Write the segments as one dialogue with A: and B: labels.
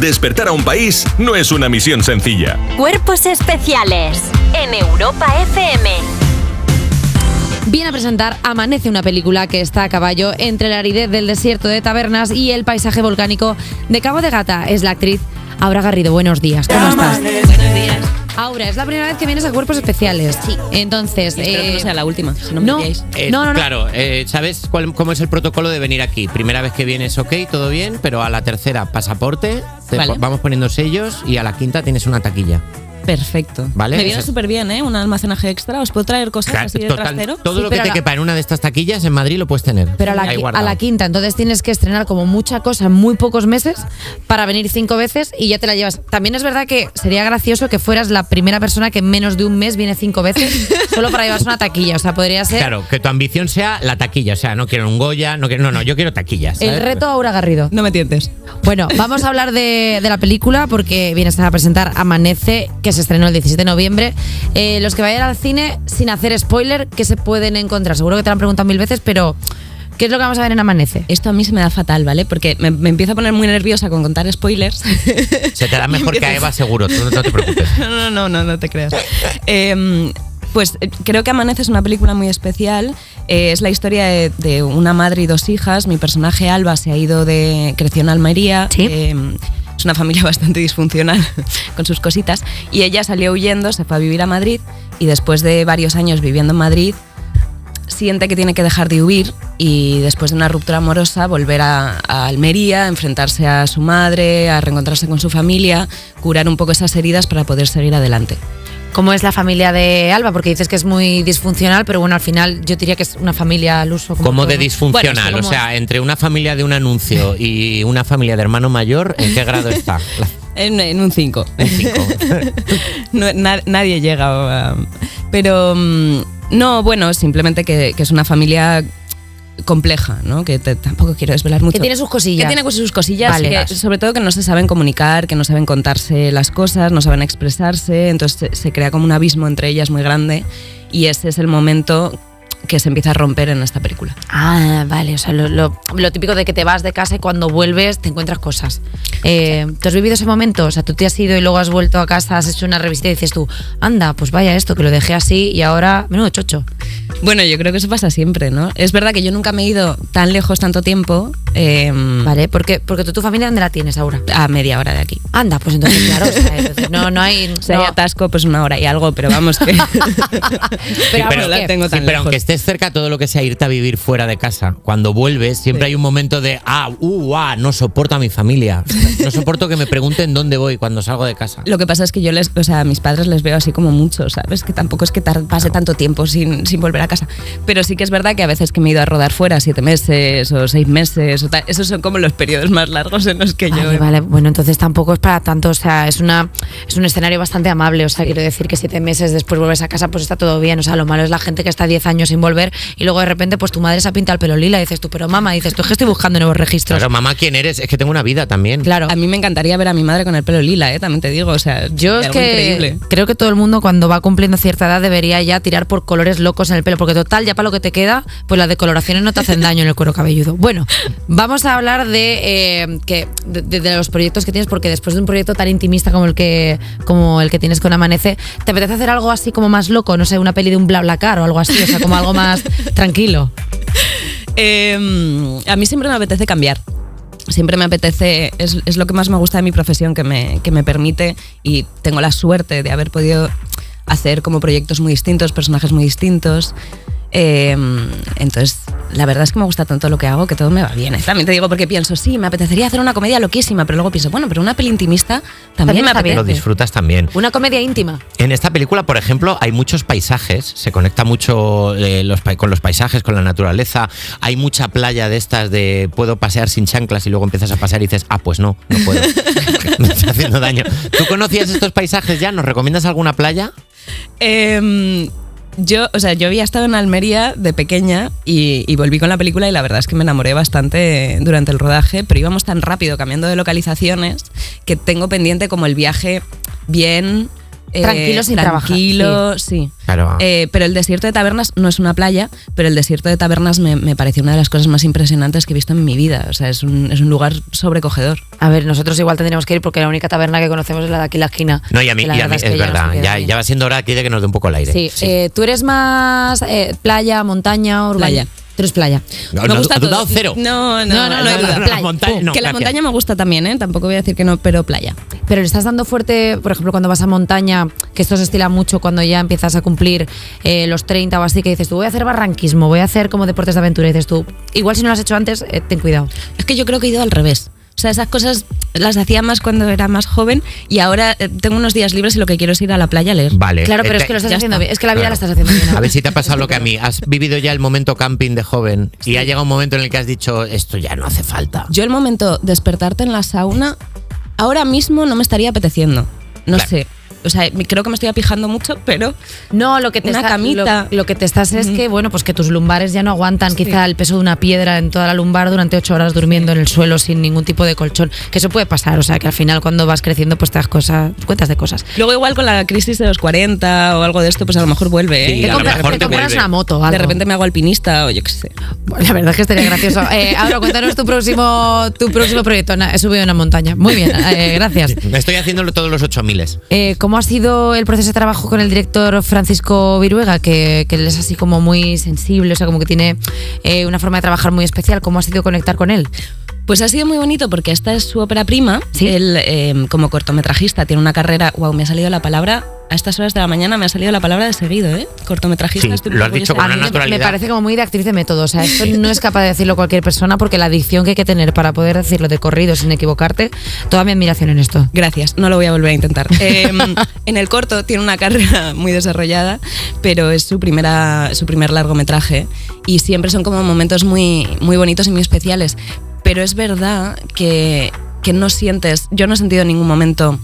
A: Despertar a un país no es una misión sencilla.
B: Cuerpos especiales en Europa FM.
C: Viene a presentar Amanece, una película que está a caballo entre la aridez del desierto de tabernas y el paisaje volcánico de Cabo de Gata. Es la actriz Aura Garrido. Buenos días, ¿cómo estás?
D: Buenos días.
C: Aura, es la primera vez que vienes a Cuerpos Especiales.
D: Sí.
C: Entonces,
D: Espero que
C: eh,
D: no sea la última, si no me
C: no,
D: pilláis.
E: Eh,
C: no, no, no.
E: Claro, eh, ¿sabes cuál- cómo es el protocolo de venir aquí? Primera vez que vienes, ok, todo bien, pero a la tercera, pasaporte, te
D: Vale.
E: po- vamos poniendo sellos y a la quinta tienes una taquilla.
D: Perfecto.
E: Vale,
D: Me viene
E: eso-
D: súper bien, ¿eh? Un almacenaje extra. ¿Os puedo traer cosas así de
E: Total,
D: trastero?
E: todo
C: Ah, pues Sí,
E: lo que
C: pero
E: te
C: la-
E: quepa en una de estas taquillas en Madrid lo puedes tener.
C: Pero a la,
E: Ahí
C: qui- a
E: guardado.
C: la quinta, entonces tienes que estrenar como mucha cosa en muy pocos meses para venir cinco veces y ya te la llevas. También es verdad que sería gracioso que fueras la primera persona que en menos de un mes viene cinco veces solo para llevarse una taquilla. O sea, podría ser
E: Claro, que tu ambición sea la taquilla, o sea, no quiero un Goya, no quiero, no, no, yo quiero taquillas.
C: el
E: ¿sabes?
C: reto Aura Garrido.
D: No me tientes.
C: Bueno, vamos a hablar de, de la película porque vienes a presentar Amanece, que se estrenó el 17 de noviembre. Eh, los que vayan al cine, sin hacer spoiler, ¿qué se pueden encontrar? Seguro que te lo han preguntado mil veces, pero ¿qué es lo que vamos a ver en Amanece?
D: Esto a mí se me da fatal, ¿vale? Porque me, me empiezo a poner muy nerviosa con contar spoilers.
E: Se te da
D: Y
E: mejor que a
D: empiezas-
E: Eva seguro, tú no- no te preocupes.
D: No, no, no, no, no te creas. Eh, pues eh, creo que Amanece es una película muy especial. Eh, es la historia de, de una madre y dos hijas. Mi personaje Alba se ha ido de. creció en Almería.
C: Sí.
D: Eh, es una familia bastante disfuncional con sus cositas. Y ella salió huyendo, se fue a vivir a Madrid y después de varios años viviendo en Madrid, siente que tiene que dejar de huir y después de una ruptura amorosa volver a, a Almería, enfrentarse a su madre, a reencontrarse con su familia, curar un poco esas heridas para poder seguir adelante.
C: ¿Cómo es la familia de Alba? Porque dices que es muy disfuncional, pero bueno, al final yo diría que es una familia al uso.
E: Como de
C: todo.
E: disfuncional,
C: Bueno, sí,
E: o
C: como-
E: sea, entre una familia de un anuncio y una familia de hermano mayor, ¿en qué grado está? La-
D: En, en un 5.
E: un cinco.
D: No, na- nadie llega. a- Pero mm, no, bueno, simplemente que, que es una familia compleja, ¿no? Que te- tampoco quiero desvelar mucho.
C: Que tiene sus cosillas.
D: Que tiene pues, sus cosillas,
C: Vale.
D: que sobre todo que no se saben comunicar, que no saben contarse las cosas, no saben expresarse, entonces se, se crea como un abismo entre ellas muy grande y ese es el momento que se empieza a romper en esta película.
C: Ah, vale, o sea, lo, lo- lo típico de que te vas de casa y cuando vuelves te encuentras cosas. Eh, ¿Tú has vivido ese momento? O sea, tú te has ido y luego has vuelto a casa, has hecho una revisita y dices tú, anda, pues vaya esto, que lo dejé así y ahora, menudo chocho.
D: Bueno, yo creo que eso pasa siempre, ¿no? Es verdad que yo nunca me he ido tan lejos tanto tiempo em,
C: Vale, porque, porque tú tu familia, ¿dónde la tienes ahora?
D: a media hora de aquí.
C: Anda, pues entonces, claro, o sea, entonces, no, no hay...
D: O sea,
C: no.
D: hay atasco pues una hora y algo, pero vamos que...
C: Pero
D: vamos,
C: vamos que-
D: la tengo
E: Sí,
D: tan
E: pero aunque
D: lejos.
E: estés cerca, todo lo que sea irte a vivir fuera de casa, cuando vuelves, siempre hay un momento de, ah, uh, ah, no soporto a mi familia. No soporto que me pregunten dónde voy cuando salgo de casa.
D: Lo que pasa es que yo les, o sea, a mis padres les veo así como mucho, ¿sabes? Que tampoco es que tar- pase tanto tiempo sin, sin volver a casa. Pero sí que es verdad que a veces que me he ido a rodar fuera siete meses o seis meses, o tal, esos son como los periodos más largos en los que
C: Vale,
D: yo... ¿eh?
C: vale. Bueno, entonces tampoco es para tanto. O sea, es, una, es un escenario bastante amable. O sea, quiero decir que siete meses después vuelves a casa, pues está todo bien. O sea, lo malo es la gente que está 10 años sin volver y luego de repente, pues tu madre se ha pintado el pelo lila. Dices tú, pero mamá, dices tú, es que estoy buscando nuevos registros.
E: Claro, mamá, ¿quién eres? Es que tengo una vida también.
C: Claro.
D: A mí me encantaría ver a mi madre con el pelo lila, ¿eh? También te digo, o sea,
C: Yo es
D: algo
C: que
D: increíble.
C: creo que todo el mundo cuando va cumpliendo cierta edad debería ya tirar por colores locos en el pelo, porque total, ya para lo que te queda, pues las decoloraciones no te hacen daño en el cuero cabelludo. Bueno, vamos a hablar de, eh, que, de, de- de los proyectos que tienes, porque después de un proyecto tan intimista como el que, como el que tienes con Amanece, ¿te apetece hacer algo así como más loco? No sé, una peli de un bla bla car o algo así, o sea, como algo más tranquilo.
D: Eh, a mí siempre me apetece cambiar. Siempre me apetece, es, es lo que más me gusta de mi profesión, que me, que me permite y tengo la suerte de haber podido hacer como proyectos muy distintos, personajes muy distintos. Eh, entonces, la verdad es que me gusta tanto lo que hago que todo me va bien. ¿eh? También te digo porque pienso, sí, me apetecería hacer una comedia loquísima, pero luego pienso, bueno, pero una peli intimista
C: También
D: también, me
C: está bien.
D: apetece.
E: Lo disfrutas también.
C: Una comedia íntima.
E: En esta película, por ejemplo, hay muchos paisajes, se conecta mucho eh, los pa- con los paisajes, con la naturaleza, hay mucha playa de estas de puedo pasear sin chanclas y luego empiezas a pasear y dices, ah, pues no, no puedo, me está haciendo daño. ¿Tú conocías estos paisajes ya? ¿Nos recomiendas alguna playa?
D: Em, yo, o sea, yo había estado en Almería de pequeña y, y volví con la película y la verdad es que me enamoré bastante durante el rodaje, pero íbamos tan rápido cambiando de localizaciones que tengo pendiente como el viaje bien eh,
C: Tranquilo sin trabajar,
D: tranquilo, sí.
E: Claro.
D: Eh, pero el desierto de tabernas no es una playa, pero el desierto de tabernas me, me pareció una de las cosas más impresionantes que he visto en mi vida. O sea, es un, es un lugar sobrecogedor.
C: A ver, nosotros igual tendríamos que ir porque la única taberna que conocemos es la de aquí en la esquina.
E: No, y a mí,
C: Que la
E: y a mí-
C: es
E: es,
C: que ya nos
E: verdad,
C: queda
E: ya,
C: bien.
E: ya va siendo hora aquí de que nos dé un poco el aire.
C: Sí, eh, tú eres más eh, playa, montaña, urbana.
D: Playa.
C: Tú eres playa.
E: No,
D: Me
E: no,
D: gusta
E: ha dudado
D: todo.
E: cero.
D: No,
C: No, no,
D: no, no.
C: no,
D: hay
C: no,
D: duda.
E: no,
C: playa.
E: montaña, no,
D: que la
E: gracias.
D: montaña me gusta también, ¿eh? Tampoco voy a decir que no, pero playa.
C: Pero le estás dando fuerte, por ejemplo, cuando vas a montaña, que esto se estila mucho cuando ya empiezas a cumplir eh, los 30 o así, que dices tú, voy a hacer barranquismo, voy a hacer como deportes de aventura. Y dices tú, igual si no lo has hecho antes, eh, ten cuidado.
D: Es que yo creo que he ido al revés. O sea, esas cosas las hacía más cuando era más joven y ahora eh, tengo unos días libres y lo que quiero es ir a la playa a leer.
E: Vale.
C: claro, pero
E: Eh,
C: es
E: te-
C: que lo estás
D: ya
C: haciendo
D: está.
C: bien. Es que la vida la
E: Claro.
C: estás haciendo bien.
E: A ver si te ha pasado lo que a mí. Has vivido ya el momento camping de joven y ha llegado un momento en el que has dicho, esto ya no hace falta.
D: Yo el momento de despertarte en la sauna, ahora mismo no me estaría apeteciendo. No
E: Claro.
D: sé. O sea, me- creo que me estoy apijando mucho, pero
C: No, lo que te
D: Una
C: está-
D: camita.
C: Lo, lo que te estás es que, bueno, pues que tus lumbares ya no aguantan quizá el peso de una piedra en toda la lumbar durante ocho horas durmiendo en el suelo sin ningún tipo de colchón. Que eso puede pasar, o sea, que al final cuando vas creciendo, pues te das cosas, cuentas de cosas.
D: luego igual con la crisis de los 40 o algo de esto, pues a lo mejor vuelve. ¿eh?
E: Sí,
D: Y
E: a
D: de
E: lo
C: compras-
E: mejor te
C: compras
E: vuelve.
C: una moto, o algo.
D: de repente me hago alpinista o yo qué sé.
C: Bueno, La verdad es que estaría gracioso. Eh, ahora cuéntanos tu próximo, tu próximo proyecto. Na- He subido una montaña. Muy bien, eh, gracias.
E: Estoy haciéndolo todos los 8000.
C: Eh, ¿Cómo ha sido el proceso de trabajo con el director Francisco Viruega? Que, que él es así como muy sensible, o sea, como que tiene eh, una forma de trabajar muy especial. ¿Cómo ha sido conectar con él?
D: Pues ha sido muy bonito porque esta es su ópera prima.
C: Sí.
D: Él, eh, como cortometrajista, tiene una carrera. Wow, me ha salido la palabra. A estas horas de la mañana me ha salido la palabra de seguido, ¿eh? Cortometrajista.
E: Sí,
D: estoy
E: lo
D: muy
E: has dicho
D: orgullosa.
E: con
C: A mí me-
E: una
C: me,
E: naturalidad.
C: parece como muy de actriz de método. O sea, esto no es capaz de decirlo cualquier persona porque la adicción que hay que tener para poder decirlo de corrido sin equivocarte, toda mi admiración en esto.
D: Gracias, no lo voy a volver a intentar. Eh, en el corto tiene una carrera muy desarrollada, pero es su, primera, su primer largometraje y siempre son como momentos muy, muy bonitos y muy especiales. Pero es verdad que, que no sientes, yo no he sentido en ningún momento,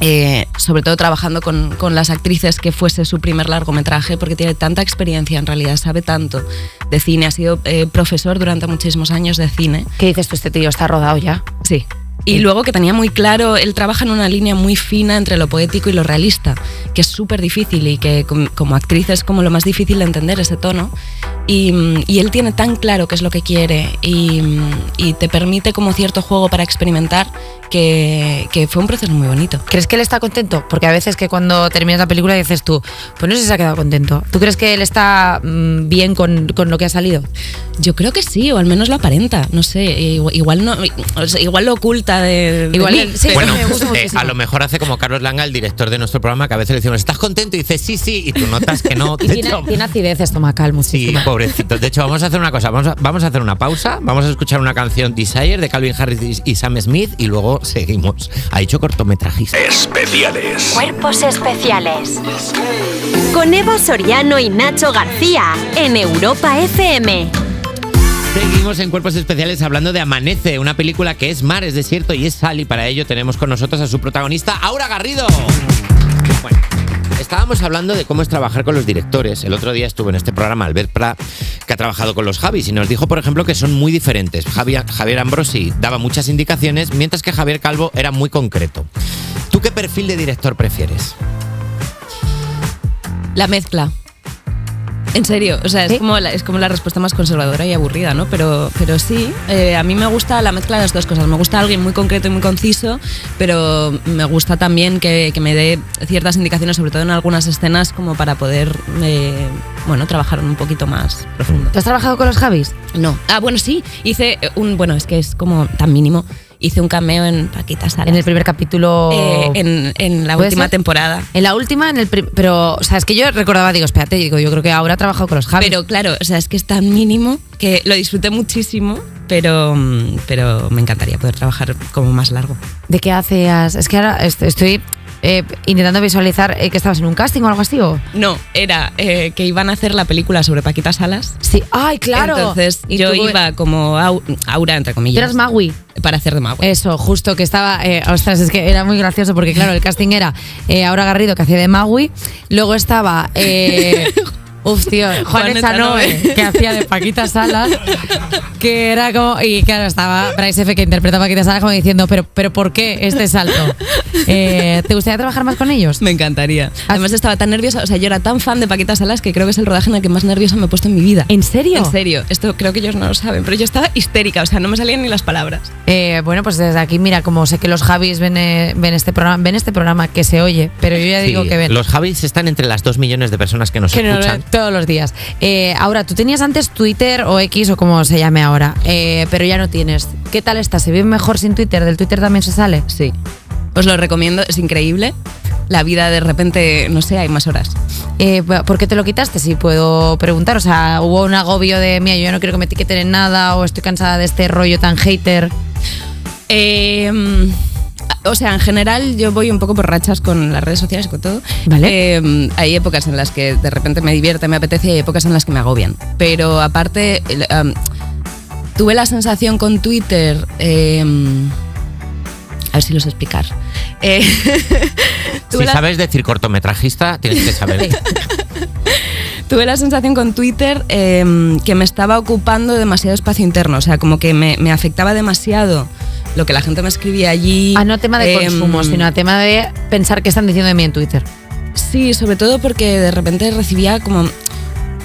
D: eh, sobre todo trabajando con, con las actrices, que fuese su primer largometraje, porque tiene tanta experiencia en realidad, sabe tanto de cine, ha sido eh, profesor durante muchísimos años de cine.
C: ¿Qué dices tú? Este tío está rodado ya.
D: Sí. Y luego que tenía muy claro, él trabaja en una línea muy fina entre lo poético y lo realista, que es súper difícil y que com- como actriz es como lo más difícil de entender ese tono. Y, mm, y él tiene tan claro qué es lo que quiere y, mm, y te permite como cierto juego para experimentar que, que fue un proceso muy bonito.
C: ¿Crees que él está contento? Porque a veces que cuando terminas la película dices tú, pues no sé si se ha quedado contento. ¿Tú crees que él está mm, bien con, con lo que ha salido?
D: Yo creo que sí, o al menos lo aparenta, no sé, igu- igual, no, o sea, igual lo oculta de... de
C: Igual
D: mí,
C: él- sí,
D: pero-
E: Bueno,
C: me gusta
E: eh,
C: muchísimo.
E: a lo mejor hace como Carlos Langa, el director de nuestro programa, que a veces le decimos, ¿estás contento? Y dice, sí, sí, y tú notas que no.
C: Y
E: De
C: tiene,
E: hecho,
C: tiene acidez estomacal
E: Sí,
C: muchísima.
E: pobrecito. De hecho, vamos a hacer una cosa. Vamos a, vamos a hacer una pausa. Vamos a escuchar una canción Desire de Calvin Harris y- y Sam Smith y luego seguimos. Ha hecho cortometrajista.
A: Especiales.
B: Cuerpos especiales. Con Eva Soriano y Nacho García en Europa FM.
E: Seguimos en Cuerpos Especiales hablando de Amanece, una película que es mar, es desierto y es sal. Y para ello tenemos con nosotros a su protagonista, Aura Garrido. Bueno, estábamos hablando de cómo es trabajar con los directores. El otro día estuvo en este programa Albert Prat, que ha trabajado con los Javis, y nos dijo, por ejemplo, que son muy diferentes. Javier, Javier Ambrosi daba muchas indicaciones, mientras que Javier Calvo era muy concreto. ¿Tú qué perfil de director prefieres?
D: La mezcla. En serio, o sea,
C: ¿Sí?
D: es, como la, es como la respuesta más conservadora y aburrida, ¿no? Pero, pero sí, eh, a mí me gusta la mezcla de las dos cosas. Me gusta alguien muy concreto y muy conciso, pero me gusta también que, que me dé ciertas indicaciones, sobre todo en algunas escenas, como para poder, eh, bueno, trabajar un poquito más profundo.
C: ¿Tú has trabajado con los Javis?
D: No. Ah, bueno, sí, hice eh, un, bueno, es que es como tan mínimo, hice un cameo en Paquita Salas.
C: En el primer capítulo.
D: Eh, en, en la
C: ¿Puede
D: última
C: ser?
D: temporada.
C: En la última, en el prim- pero, o sea, es que yo recordaba, digo, espérate, digo, yo creo que ahora ha trabajado con los Javis.
D: Pero claro, o sea, es que es tan mínimo que lo disfruté muchísimo, pero, mm, pero me encantaría poder trabajar como más largo.
C: ¿De qué hacías? Es que ahora est- estoy eh, intentando visualizar eh, que estabas en un casting o algo así. ¿o?
D: No, era eh, que iban a hacer la película sobre Paquita Salas.
C: Sí, ay, claro.
D: Entonces
C: Y
D: yo
C: tú-
D: iba como au- aura, entre
C: Tú
D: comillas.
C: eras Eh, Magui.
D: Para hacer de mago.
C: Eso, justo que estaba. eh, ostras, es que era muy gracioso porque, claro, el casting era eh, Aura Garrido que hacía de Maui. Luego estaba. eh, Uf, tío, Juan
D: Juaneta
C: Echanoe,
D: Noe.
C: que hacía de Paquita Salas, que era como. Y claro, estaba Bryce F. que interpreta a Paquita Salas como diciendo, pero, pero ¿por qué este salto? Eh, ¿Te gustaría trabajar más con ellos?
D: Me encantaría. Además estaba tan nerviosa, o sea, yo era tan fan de Paquita Salas que creo que es el rodaje en el que más nerviosa me he puesto en mi vida.
C: ¿En serio?
D: En serio, esto creo que ellos no lo saben, pero yo estaba histérica, o sea, no me salían ni las palabras.
C: Eh, bueno, pues desde aquí, mira, como sé que los Javis ven, eh, ven este programa, ven este programa que se oye, pero yo ya
E: Sí,
C: digo que ven.
E: Los Javis están entre las dos millones de personas que nos
C: que no lo
E: escuchan.
C: ven todos los días. Eh, ahora, tú tenías antes Twitter o X o como se llame ahora, eh, pero ya no tienes. ¿Qué tal estás? ¿Se vive mejor sin Twitter? ¿Del Twitter también se sale?
D: Sí. Os lo recomiendo, es increíble. La vida de repente, no sé, hay más horas.
C: Eh, ¿Por qué te lo quitaste? Si puedo preguntar. O sea, hubo un agobio de, mía, yo ya no quiero que me etiqueten en nada o estoy cansada de este rollo tan hater.
D: Eh, mm, o sea, en general yo voy un poco por rachas con las redes sociales y con todo.
C: Vale.
D: Eh, mm, hay épocas en las que de repente me divierte, me apetece y hay épocas en las que me agobian. Pero aparte, el, am, tuve la sensación con Twitter... eh, mm, a ver si los explicar. Eh, tuve
E: Si
D: la-
E: sabes decir cortometrajista, tienes que saber.
D: Tuve la sensación con Twitter eh, que me estaba ocupando demasiado espacio interno, o sea, como que me, me afectaba demasiado lo que la gente me escribía allí.
C: Ah, no a tema de
D: Eh,
C: consumo, sino a tema de pensar qué están diciendo de mí en Twitter.
D: Sí, sobre todo porque de repente recibía como...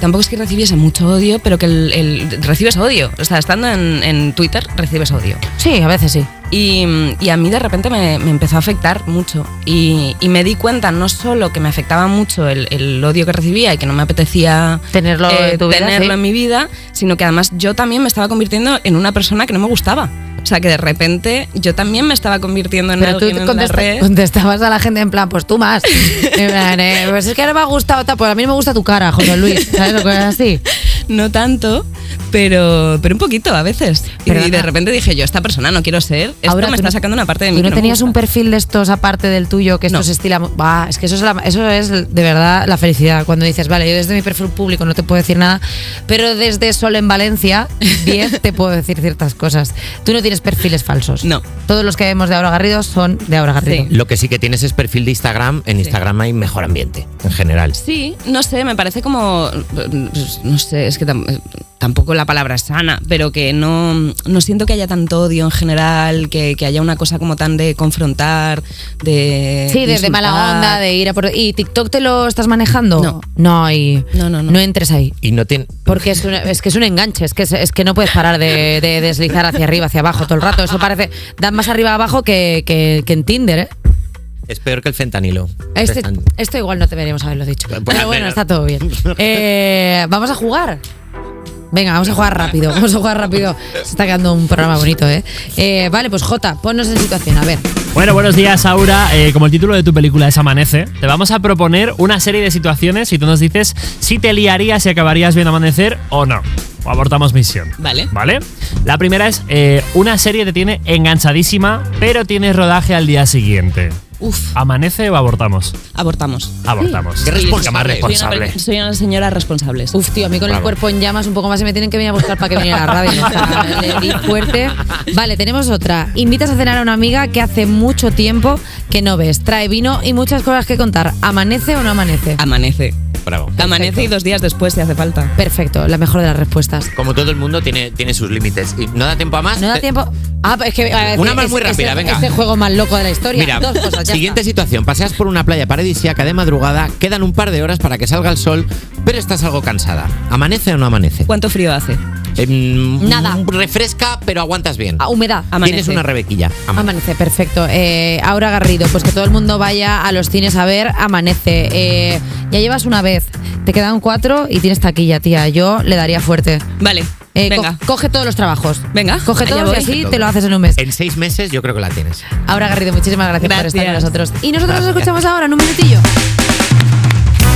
D: Tampoco es que recibiese mucho odio, pero que el, el- recibes odio. O sea, estando en, en Twitter, recibes odio.
C: Sí, a veces sí.
D: Y, y a mí de repente me, me empezó a afectar mucho. Y, y me di cuenta no solo que me afectaba mucho el, el odio que recibía y que no me apetecía
C: Tenerlo
D: eh,
C: en tu vida,
D: tenerlo
C: sí.
D: en mi vida, sino que además yo también me estaba convirtiendo en una persona que no me gustaba. O sea, que de repente yo también me estaba convirtiendo en
C: Pero tú
D: alguien en la
C: contesta-
D: red.
C: contestabas a la gente en plan, pues tú más. En plan, eh, pues es que no me ha gustado, tal, pues a mí no me gusta tu cara, José Luis. ¿Sabes lo que es así?
D: No tanto, pero, pero un poquito a veces. Y,
C: Perdona.
D: de repente dije yo, esta persona no quiero ser. Esto
C: Ahora,
D: me
C: tú
D: está
C: no-
D: sacando una parte de
C: ¿tú
D: mí.
C: no
D: que me
C: tenías
D: gusta.
C: un perfil de estos aparte del tuyo que
D: No.
C: estos estila. Bah, es que eso es, la- eso es de verdad la felicidad. Cuando dices, vale, yo desde mi perfil público no te puedo decir nada, pero desde Sol en Valencia 10 te puedo decir ciertas cosas. Tú no tienes perfiles falsos.
D: No.
C: Todos los que vemos de Aura Garrido son de Aura Garrido.
D: Sí.
E: Lo que sí que tienes es perfil de Instagram. En Instagram hay mejor ambiente, en general.
D: Sí, no sé, me parece como. No sé, es que tam- tampoco la palabra es sana, pero que no, no siento que haya tanto odio en general, que, que haya una cosa como tan de confrontar, de.
C: Sí, desde
D: insultar.
C: mala onda, de ir a por... ¿Y TikTok te lo estás manejando?
D: No.
C: No, y
D: No, no, no.
C: entres ahí.
E: Y no tiene.
C: Porque es, una- es que es un enganche, es que, es, es que no puedes parar de, de deslizar hacia arriba, hacia abajo todo el rato. Eso parece... Dan más arriba abajo que, que- que en Tinder, ¿eh?
E: Es peor que el fentanilo.
C: Este-
E: Festan-
C: esto igual no deberíamos haberlo dicho.
E: Pues,
C: Pero bueno,
E: pero-
C: está todo bien. Eh, vamos a jugar. Venga, vamos a jugar rápido. Vamos a jugar rápido. Se está quedando un programa bonito, ¿eh? Eh, vale, pues Jota, ponnos en situación. A ver.
F: Bueno, buenos días, Aura. Eh, como el título de tu película es Amanece, te vamos a proponer una serie de situaciones y tú nos dices si te liarías y acabarías bien amanecer o no. O abortamos misión.
D: Vale.
F: ¿Vale? La primera es, eh, una serie te tiene enganchadísima, pero tienes rodaje al día siguiente.
D: Uf,
F: ¿Amanece o abortamos?
D: abortamos.
F: Abortamos.
D: Hmm.
E: Qué responsable.
F: Porque más
D: Soy
F: responsable.
D: una, soy una señora responsable. sí.
C: Uf, tío, a mí con el
E: Claro.
C: cuerpo en llamas un poco más y me tienen que venir a buscar para que viniera a la radio. O sea, le di fuerte. Vale, tenemos otra. Invitas a cenar a una amiga que hace mucho tiempo que no ves. Trae vino y muchas cosas que contar. ¿Amanece o no amanece?
D: Amanece.
E: Bravo.
D: Amanece y dos días después si hace falta.
C: Perfecto, la mejor de las respuestas.
E: Como todo el mundo tiene, tiene sus límites. Y no da tiempo a más.
C: No da
E: Te-
C: tiempo. Ah, es que. eh,
E: Eh, Una
C: es-
E: más muy
C: es-
E: rápida,
C: es-
E: venga.
C: Este juego más loco de la historia.
E: Mira,
C: Dos cosas, ya
E: siguiente
C: está.
E: situación. Paseas por una playa paradisíaca de madrugada, quedan un par de horas para que salga el sol, pero estás algo cansada. ¿Amanece o no amanece?
D: ¿Cuánto frío hace?
E: Em,
C: Pues, Nada.
E: Refresca, pero aguantas bien.
C: Ah, humedad.
D: Amanece.
E: Tienes una rebequilla. Ama-
C: Amanece, perfecto. Eh, Aura Garrido, pues que todo el mundo vaya a los cines a ver Amanece. Eh, ya llevas una vez, te quedan cuatro y tienes taquilla, tía. Yo le daría fuerte.
D: Vale.
C: Eh,
D: venga.
C: co- coge todos los trabajos.
D: Venga,
C: Coge
D: allá
C: todos y
D: voy. Eh.
C: así te lo haces en un mes.
E: En seis meses yo creo que la tienes.
C: Aura Garrido, muchísimas gracias,
D: Gracias.
C: por estar con nosotros. Y nosotros nos
E: Gracias.
C: escuchamos ahora en un minutillo.